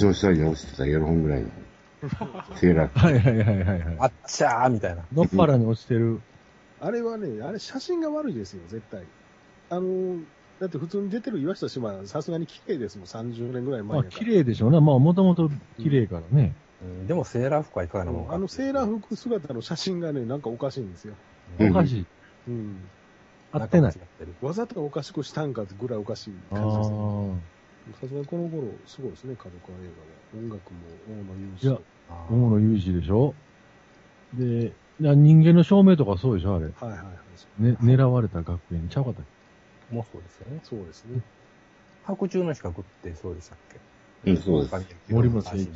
Speaker 1: 橋の下に落ちてたエロ本ぐらいの。セーラー。
Speaker 3: はいはいはいはいはい。
Speaker 4: あっちゃーみたいな。
Speaker 3: のっぱらに落ちてる。
Speaker 2: あれはね、あれ写真が悪いですよ、絶対。あの、だって普通に出てる岩下島はさすがに綺麗ですもん、30年ぐらい前
Speaker 3: ま
Speaker 2: や
Speaker 3: あ
Speaker 2: から。
Speaker 3: 綺麗でしょうね。まあもともと綺麗からね。
Speaker 4: うんでもセーラー服はいかがなものか。
Speaker 2: あのセーラー服姿の写真がね、なんかおかしいんですよ。
Speaker 1: うん
Speaker 3: おかしい。
Speaker 2: うん。
Speaker 3: 合ってない。
Speaker 4: んか間違ってる
Speaker 2: わざとおかしくしたんかぐらいおかしい
Speaker 3: ああ
Speaker 2: 感じですね。さすがにこの頃、すごいですね、角川映画は。音楽も大野
Speaker 3: い
Speaker 2: 雄
Speaker 3: や
Speaker 2: 二。
Speaker 4: あ
Speaker 3: ー。大
Speaker 4: ー
Speaker 3: 野裕二でしょで、いや人間の証明とかそうでしょあれ。
Speaker 2: はいはいはい。
Speaker 3: ね、狙われた学園ちゃうかったっけ
Speaker 4: もうそうですよね。
Speaker 2: そうですね。
Speaker 4: 白昼の資格ってそうでしたっけ
Speaker 1: うん、そうです。
Speaker 3: 森本誠一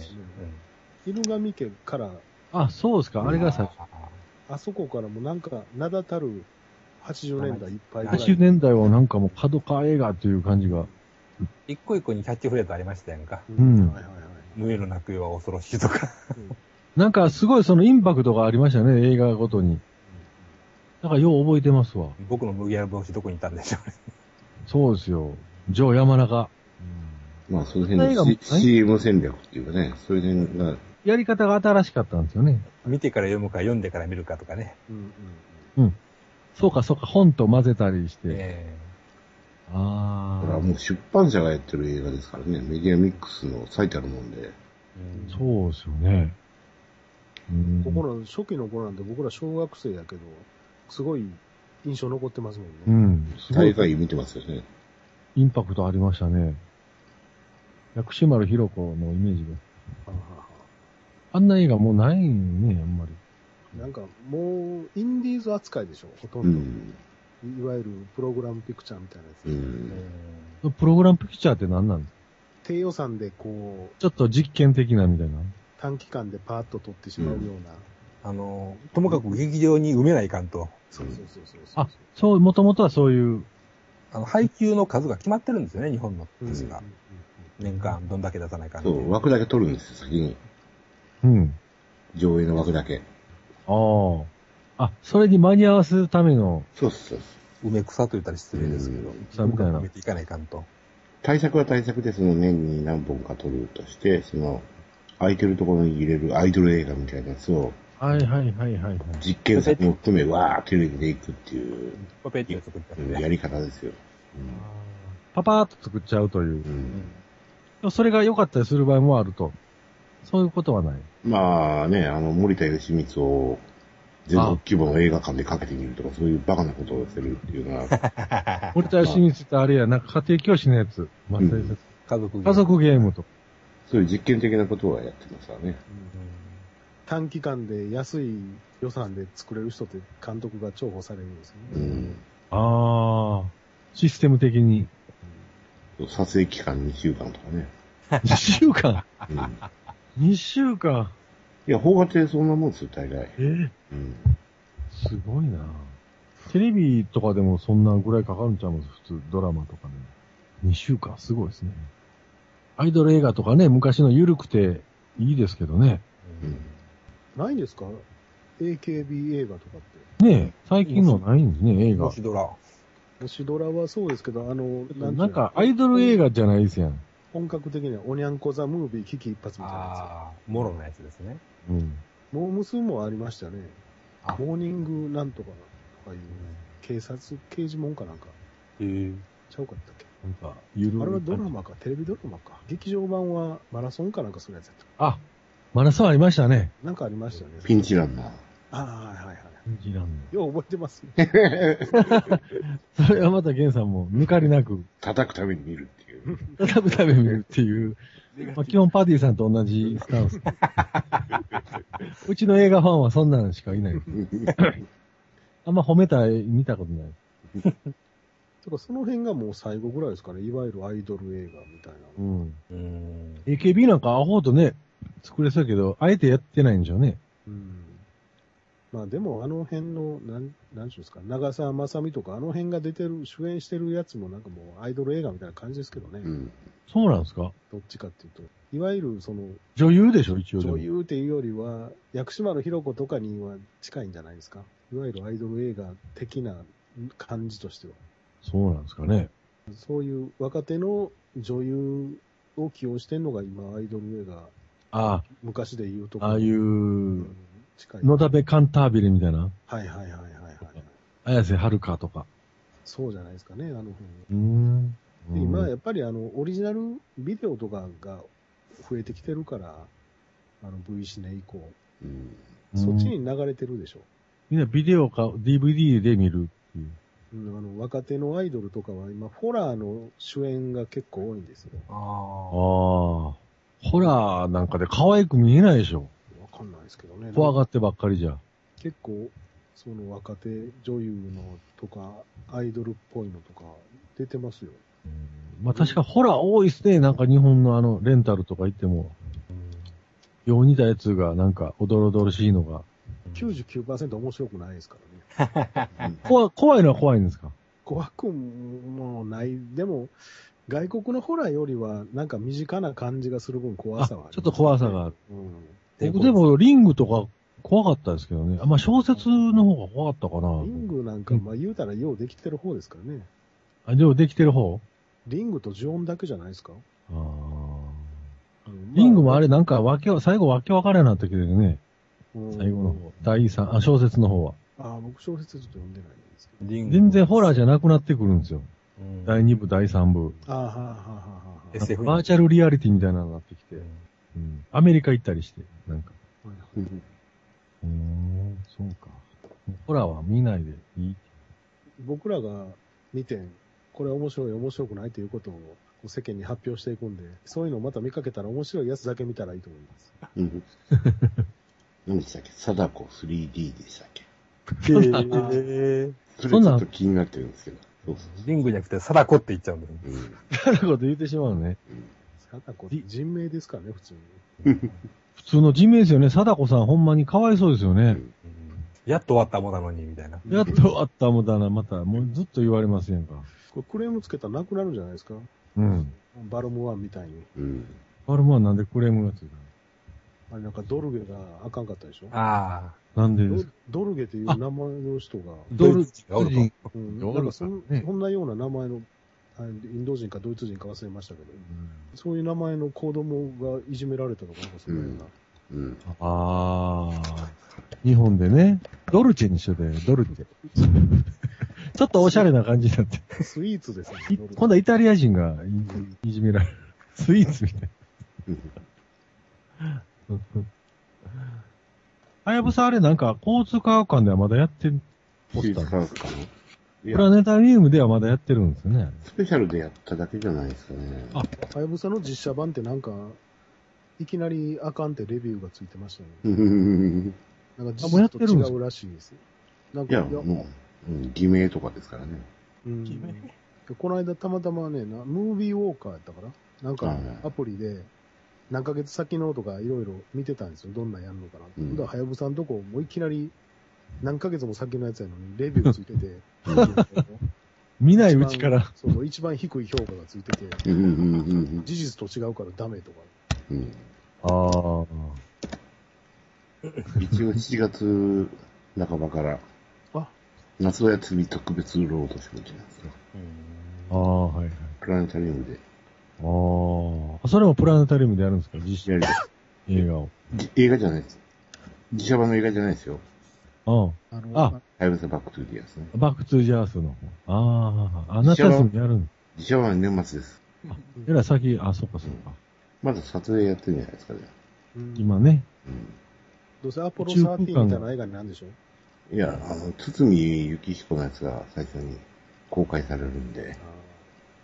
Speaker 2: 犬神家から、
Speaker 3: あ、そうですか。あれが
Speaker 4: さ
Speaker 3: さ、
Speaker 2: あそこからもなんか、名だたる80年代いっぱいぐらい。
Speaker 3: 80年代はなんかもう角川映画っていう感じが。
Speaker 4: 一個一個にキャッチフレーズありましたやんか。
Speaker 3: うん
Speaker 2: はいはいはい。
Speaker 4: ヌエル泣くよは恐ろしいとか。
Speaker 3: なんかすごいそのインパクトがありましたね、映画ごとに。だからよう覚えてますわ。
Speaker 4: 僕の麦わら帽子どこにいたんでしょうね。
Speaker 3: そうですよ。ジョー山中。
Speaker 1: まあ、その辺の
Speaker 3: はい
Speaker 1: C- CM 戦略っていうかね、それでが、
Speaker 3: やり方が新しかったんですよね。
Speaker 4: 見てから読むか読んでから見るかとかね。
Speaker 2: うんうん
Speaker 3: そうか、そうか、本と混ぜたりして。
Speaker 4: え
Speaker 1: これは
Speaker 3: あ
Speaker 1: もう出版社がやってる映画ですからね、メディアミックスの最たるもんで、
Speaker 4: うん
Speaker 3: そうですよね。うん
Speaker 2: ここの初期の頃なんて僕ら小学生やけど、すごい印象残ってますもんね。
Speaker 3: うん。すご
Speaker 1: 大
Speaker 3: い
Speaker 1: 会見てますよね。
Speaker 3: インパクトありましたね。薬師丸ひろ子のイメージが。
Speaker 2: はあは
Speaker 3: あんな映画もうないね、あんまり。
Speaker 2: あなんかもう、インディーズ扱いでしょ、ほと
Speaker 1: うん
Speaker 2: ど。
Speaker 1: ん。
Speaker 2: いわゆるプログラムピクチャーみたいなやつ。
Speaker 1: うん。
Speaker 3: プログラムピクチャーって何なんですか
Speaker 2: 低予算でこう、
Speaker 3: ちょっと実験的なみたいな。
Speaker 2: 短期間でパーッと撮ってしまうような。
Speaker 4: あの、ともかく劇場に埋めないかんと、
Speaker 2: そうそうそうそうそう。
Speaker 3: あ、そう、もともとはそういう。
Speaker 4: あの、配給の数が決まってるんですよね、日本の。
Speaker 2: うん
Speaker 4: 確か。年間どんだけ出さないかん
Speaker 1: そ
Speaker 4: と。
Speaker 1: う、枠だけ取るんですよ、先に。
Speaker 3: うん。
Speaker 1: 上映の枠だけ。
Speaker 3: ああ。あ、それに間に合わせるための、
Speaker 1: そうそうそう。
Speaker 4: 梅草と言ったら失礼ですけど。
Speaker 3: さみたいな
Speaker 4: 埋め。ていかないかんと。
Speaker 1: 対策は対策で、その年に何本か撮るとして、その、空いてるところに入れるアイドル映画みたいなやつを、
Speaker 3: はいはいはいはいはい。
Speaker 1: 実験作も含め、わーって入れていくっていう、
Speaker 4: パペットを作った
Speaker 1: うんん
Speaker 4: で
Speaker 1: や
Speaker 4: ね。
Speaker 1: り方ですよ。
Speaker 3: パパーっと作っちゃうという
Speaker 1: う。ん。
Speaker 3: それが良かったりする場合もあると。そういうことはない。
Speaker 1: まあね、あの、森田義満を全国規模の映画館でかけてみるとか、そういうバカなことをするっていうのは、
Speaker 3: 森田義満ってあれや、なんか家庭教師のやつ。まあ
Speaker 1: うん
Speaker 3: そういうや
Speaker 4: 家族
Speaker 3: つ家族ゲームとか。
Speaker 1: そういう実験的なことはやってますわね。
Speaker 2: 短期間で安い予算で作れる人って監督が重宝されるんですよ
Speaker 1: う
Speaker 2: ね。
Speaker 1: ん。
Speaker 3: ああ。システム的 に。
Speaker 1: 撮影期間2週間とかね。
Speaker 3: 2週間
Speaker 1: うん、い
Speaker 3: ?2 週間
Speaker 1: や、邦画ってそんなもんですよ、大概。
Speaker 3: えー
Speaker 1: うん。
Speaker 3: すごいなテレビとかでもそんなぐらいかかるんちゃいます普通、ドラマとかね。2週間、すごいですね。アイドル映画とかね、昔の緩くていいですけどね。
Speaker 1: うん。
Speaker 2: ないんですか ?AKB 映画とかって。
Speaker 3: ねえ最近のないんですね、映
Speaker 4: も
Speaker 3: 画
Speaker 4: しドラ。
Speaker 2: もしドラはそうですけど、あの、ていう。の
Speaker 3: なんか、アイドル映画じゃないですやん。
Speaker 2: 本格的にはおにゃんこザムービー危機一発みたいなや
Speaker 4: ああ、モロのやつですね。
Speaker 3: うん。
Speaker 2: つ。モームスもありましたね
Speaker 4: あ。
Speaker 2: モーニングなんとかとかいう、警察、刑事もんかなんか。
Speaker 4: へえ。
Speaker 2: ちゃうかったっけ
Speaker 3: なんか、ゆる
Speaker 2: あれはドラマか、テレビドラマか。劇場版はマラソンかなんかするやつやったか
Speaker 3: あ、マラソンありましたね。
Speaker 2: なんかありましたよね。
Speaker 1: ピンチランナー。
Speaker 2: ああ、はいはいは
Speaker 3: 人気なん
Speaker 2: い。
Speaker 3: で
Speaker 2: よう覚えてますね。
Speaker 3: それはまたゲンさんも抜かりなく、
Speaker 1: 叩くために見るっていう。
Speaker 3: 叩くために見るっていう。まあ、基本パディさんと同じスタ ンス。うちの映画ファンはそんなんしかいない。あんま褒めた、見たことない。
Speaker 2: とか、その辺がもう最後ぐらいですかね。いわゆるアイドル映画みたいな。
Speaker 3: うん。
Speaker 4: うん。
Speaker 3: AKB なんかアホほどね、作れそうやけど、あえてやってないんでしょうね。
Speaker 2: うん。まあでも、あの辺の、なん、なんちゅうんですか、長澤まさみとか、あの辺が出てる、主演してるやつもなんかもうアイドル映画みたいな感じですけどね。
Speaker 1: うん。
Speaker 3: そうなんですか
Speaker 2: どっちかっていうと。いわゆる、その、
Speaker 3: 女優でしょ、一応でも。
Speaker 2: 女優っていうよりは、薬師丸ひろ子とかには近いんじゃないですか。いわゆるアイドル映画的な感じとしては。
Speaker 3: そうなんですかね。
Speaker 2: そういう若手の女優を起用してんのが今、アイドル映画、
Speaker 3: あ
Speaker 2: 昔で言うと、
Speaker 3: あ、ああいうう、
Speaker 2: 近い。
Speaker 3: 野田部カンタービレみたいな。
Speaker 2: はいはいはいはいはい。
Speaker 3: 綾瀬はるかとか。
Speaker 2: そうじゃないですかね、あの辺。
Speaker 3: うーん。
Speaker 2: で今、やっぱりあの、オリジナルビデオとかが増えてきてるから、あの、V シネ以降、
Speaker 1: うん。
Speaker 3: うん
Speaker 2: そっちに流れてるでしょ。
Speaker 3: みんなビデオか DVD で見るっていう。
Speaker 2: うん、あの、若手のアイドルとかは今、ホラーの主演が結構多いんですよ。
Speaker 3: ああ
Speaker 4: ああ。
Speaker 3: ー。ホラーなんかで可愛く見えないでしょ。
Speaker 2: わかんないですけどね。
Speaker 3: 怖がってばっかりじゃ。
Speaker 2: 結構、その若手女優のとか、アイドルっぽいのとか、出てますよ。
Speaker 3: まあ確かホラー多いっすね。なんか日本のあの、レンタルとか行っても。よう似たやつがなんか、おどろおどろしいのが。
Speaker 2: 99%面白くないですからね。
Speaker 3: 怖、怖いのは怖いんですか
Speaker 2: 怖くもない。でも、外国のホラーよりは、なんか身近な感じがする分怖さはあ
Speaker 3: あ
Speaker 2: り
Speaker 3: ちょ
Speaker 2: ま
Speaker 3: っ
Speaker 2: す
Speaker 3: と怖さがある。
Speaker 2: うん。
Speaker 3: 僕でも、リングとか怖かったですけどね。あまあ小説の方が怖かったかな。
Speaker 2: リングなんか、
Speaker 3: うん
Speaker 2: まあ言うたらようできてる方ですからね。
Speaker 3: あ、でもできてる方
Speaker 2: リングとジオンだけじゃないですか。
Speaker 3: ああ。リングもあれなんか、わけわ、最後わけわからんなったけどね。
Speaker 2: うん
Speaker 3: 最後の方。第三、あ、小説の方は。
Speaker 2: ああ、僕小説ちょっと読んでないんですけ
Speaker 3: 全然ホラー
Speaker 4: じ
Speaker 3: じゃなくなってくるんですよ。
Speaker 4: ゃ
Speaker 3: 第2部、第3部。
Speaker 2: ど。ああ、はあはあはあはあ。
Speaker 3: バ
Speaker 4: SF
Speaker 3: ーチャルリアリティみたいなのになってきて。うん。アメリカ行ったりして、なんか。
Speaker 2: はい
Speaker 1: うん
Speaker 3: うーん、そうか。ホラーは見ないでいい。
Speaker 2: 僕らが見て、これ面白い、面白くないということをこう世間に発表していくんで、そういうのをまた見かけたら面白いやつだけ見たらいいと思います。
Speaker 1: うん。何でしたっけ貞子 3D でしたっけ
Speaker 2: へ
Speaker 1: それち
Speaker 3: そんな
Speaker 1: ょ
Speaker 3: ん
Speaker 1: っと気になってるんですけど。そうそ
Speaker 4: リングじゃなくて、貞子って言っちゃうんですね。
Speaker 1: う。うん。
Speaker 3: そんなこと言ってしまうね。
Speaker 2: 貞子って人名ですからね、普通に。
Speaker 3: 普通の人名ですよね。貞子さんほんまにかわいそうですよね。
Speaker 4: やっと終わったものなのに、みたいな。
Speaker 3: やっとあったもんだな、また。もうずっと言われませんか。
Speaker 2: これクレームつけたらなくなるんじゃないですか
Speaker 3: うん。
Speaker 2: バルムワンみたいに。
Speaker 1: うん。
Speaker 3: バルマンなんでクレームがついた
Speaker 2: あれなんかドルゲがあかんかったでしょ
Speaker 4: ああ。
Speaker 3: のなんでで
Speaker 2: ド
Speaker 3: すか
Speaker 2: ドルゲっていう名前の人が、
Speaker 3: ドル
Speaker 4: ドイツがおると
Speaker 3: ドイツ
Speaker 2: うん、
Speaker 3: ドルゲ
Speaker 2: なんかそん
Speaker 3: ね
Speaker 2: そんなような名前の、あインド人かドイツ人か忘れましたけど、そういう名前の子供がいじめられたとか、なんかそんなような。
Speaker 1: うん。
Speaker 3: ああ。日本でね、ドルチェにしようで、ドルチェ。 ちょっとおしゃれな感じになって。
Speaker 2: スイーツですね。
Speaker 3: い
Speaker 2: ドルゲ
Speaker 3: 今度はイタリア人がいいじめられる。スイーツみたい
Speaker 1: うん
Speaker 3: な。はやぶさあれなんか、交通科学館ではまだやってる。ポ
Speaker 1: 手
Speaker 3: スタ
Speaker 1: 術
Speaker 3: ー。
Speaker 1: 科学かな
Speaker 3: プ
Speaker 1: い
Speaker 3: ラ
Speaker 1: や、
Speaker 3: ネタリウムではまだやってるんですよね。
Speaker 1: スペシャルでやっただけじゃないですかね。
Speaker 3: あ
Speaker 2: はやぶさの実写版ってなんか、いきなりあかんってレビューがついてましたね。
Speaker 1: うん
Speaker 2: なんか
Speaker 3: あもうや
Speaker 2: 実
Speaker 3: って
Speaker 2: 写と違
Speaker 3: るんですか
Speaker 2: うらしいです。なん
Speaker 1: い
Speaker 2: か、
Speaker 1: や、
Speaker 2: いや
Speaker 1: もう、うん、偽名とかですからね。
Speaker 2: うんでこの間たまたまねな、ムービーウォーカーやったから、なん
Speaker 1: は
Speaker 2: か
Speaker 1: いはい
Speaker 2: アプリで、何ヶ月先のとかいろいろ見てたんですよ。どんなんやるのかなって。
Speaker 1: うん
Speaker 2: ほんだらはやぶさんとこ、もういきなり何ヶ月も先のやつやのに、レビューついてて、
Speaker 3: 見ないうちから。
Speaker 2: そうそう、一番低い評価がついてて、
Speaker 1: うんうんうん
Speaker 2: 事実と違うからダメとか。
Speaker 1: うんうん
Speaker 3: ああ。
Speaker 1: 一応7月半ばから、
Speaker 2: あ
Speaker 1: 夏おやつに特別ロードショーってなんですよ。
Speaker 3: ああ、はいはい。
Speaker 1: プラネタリウムで。
Speaker 3: ああ。それもプラネタリウムでやるんですか実写
Speaker 1: やり
Speaker 3: 映画を。
Speaker 1: じ映画じゃないです。自社版の映画じゃないですよ。
Speaker 3: うん。
Speaker 2: あの
Speaker 3: あ
Speaker 1: ハイブスバックトゥーディアですね。
Speaker 3: バックトゥージャースの方。ああ、あ夏休みにやるん
Speaker 1: 自社版は年末です。
Speaker 3: えらい先、あ、そっかそっか。
Speaker 1: まだ撮影やってるんじゃないですかね。
Speaker 2: うん
Speaker 3: 今ね。
Speaker 2: どうせアポロ13みたいな映画になるんでしょ
Speaker 1: いや、あの、堤幸彦のやつが最初に公開されるんで、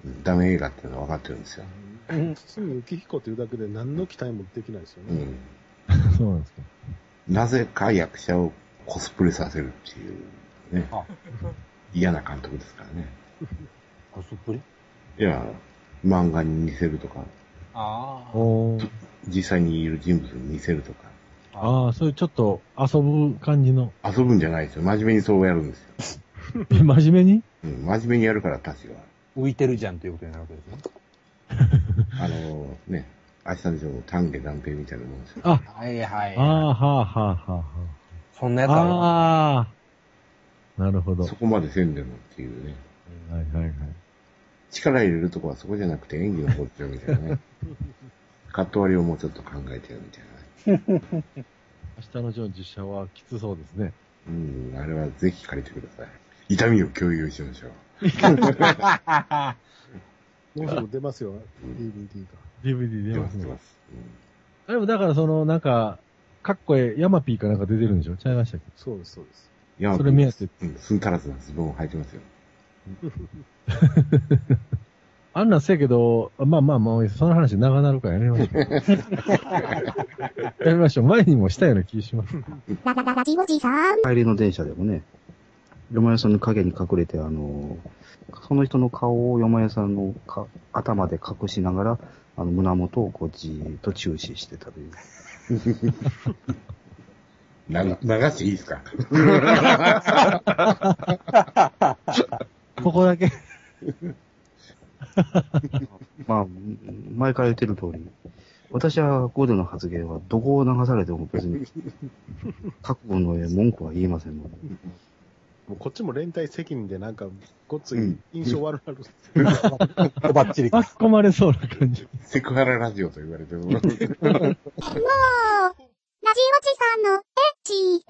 Speaker 1: うんダメ映画っていうのは分かってるんですよ。
Speaker 2: 堤幸彦というだけで何の期待もできないですよ
Speaker 1: う
Speaker 2: ね。
Speaker 1: ん。
Speaker 3: そうなんですか。
Speaker 1: なぜか役者をコスプレさせるっていう、ね
Speaker 4: あ。
Speaker 1: 嫌な監督ですからね。
Speaker 4: コスプレ
Speaker 1: いや、漫画に似せるとか、
Speaker 5: ああ。
Speaker 3: おー
Speaker 1: 実際にいる人物に似せるとか、
Speaker 3: ああ、そういうちょっと遊ぶ感じの。
Speaker 1: 遊ぶんじゃないですよ。真面目にそうやるんですよ。
Speaker 3: 真面目に
Speaker 1: うん、真面目にやるから、たちが。
Speaker 4: 浮いてるじゃんということになるわけですね。
Speaker 1: あのね、明日のジョーの丹下断平みたいなもんですよ。
Speaker 4: はいはい。
Speaker 3: ああ、はあ、はあ、は
Speaker 4: そん
Speaker 3: あ。
Speaker 4: なやつあるわ
Speaker 3: ああ。なるほど。は
Speaker 1: そこまでせんでもっていうね。
Speaker 3: いはいはい。
Speaker 1: 力入れるとこはそこじゃなくて演技の方っちゃうみたいなね。カット割りをもうちょっと考えてよみたいなね。
Speaker 3: 明日のジョー実写はきつそうですね。
Speaker 1: うん、あれはぜひ借りてください。痛みを共有しましょう。
Speaker 2: もうすぐ出ますよ、DVD が。
Speaker 3: DVD
Speaker 1: 出
Speaker 3: 出ま
Speaker 1: ますす、出
Speaker 3: ね
Speaker 1: ま。す。
Speaker 3: あれもだからその、なんか、かっこええ、ヤマピーかなんか出てるんでしょちゃいましたっけ
Speaker 2: そうです、そうです。
Speaker 1: いや
Speaker 3: それ目当て。
Speaker 1: うん、すんたらずなズボンを履いてますよ。
Speaker 3: あんなんせやけど、まあまあまあ、その話長なるからやめま しょう。やめましょう。前にもしたような気がします。
Speaker 6: ララララジオジさん。
Speaker 7: 帰りの電車でもね、山屋さんの影に隠れて、あの、その人の顔を山屋さんのか頭で隠しながら、あの、胸元をこうじーっと注視してたという。
Speaker 1: な流していいですか
Speaker 3: ここだけ。
Speaker 7: まあ、前から言ってる通り、私はここでの発言は、どこを流されても別に、覚悟の上文句は言いませんので。
Speaker 2: もうこっちも連帯責任でなんか、ごっつ
Speaker 1: う
Speaker 2: い
Speaker 1: ん
Speaker 2: 印象悪なる。
Speaker 4: おばっちりか。
Speaker 3: 巻き込まれそうな感じ。
Speaker 1: セクハララジオと言われてる。
Speaker 6: もう、ラジオジさんのエッチ。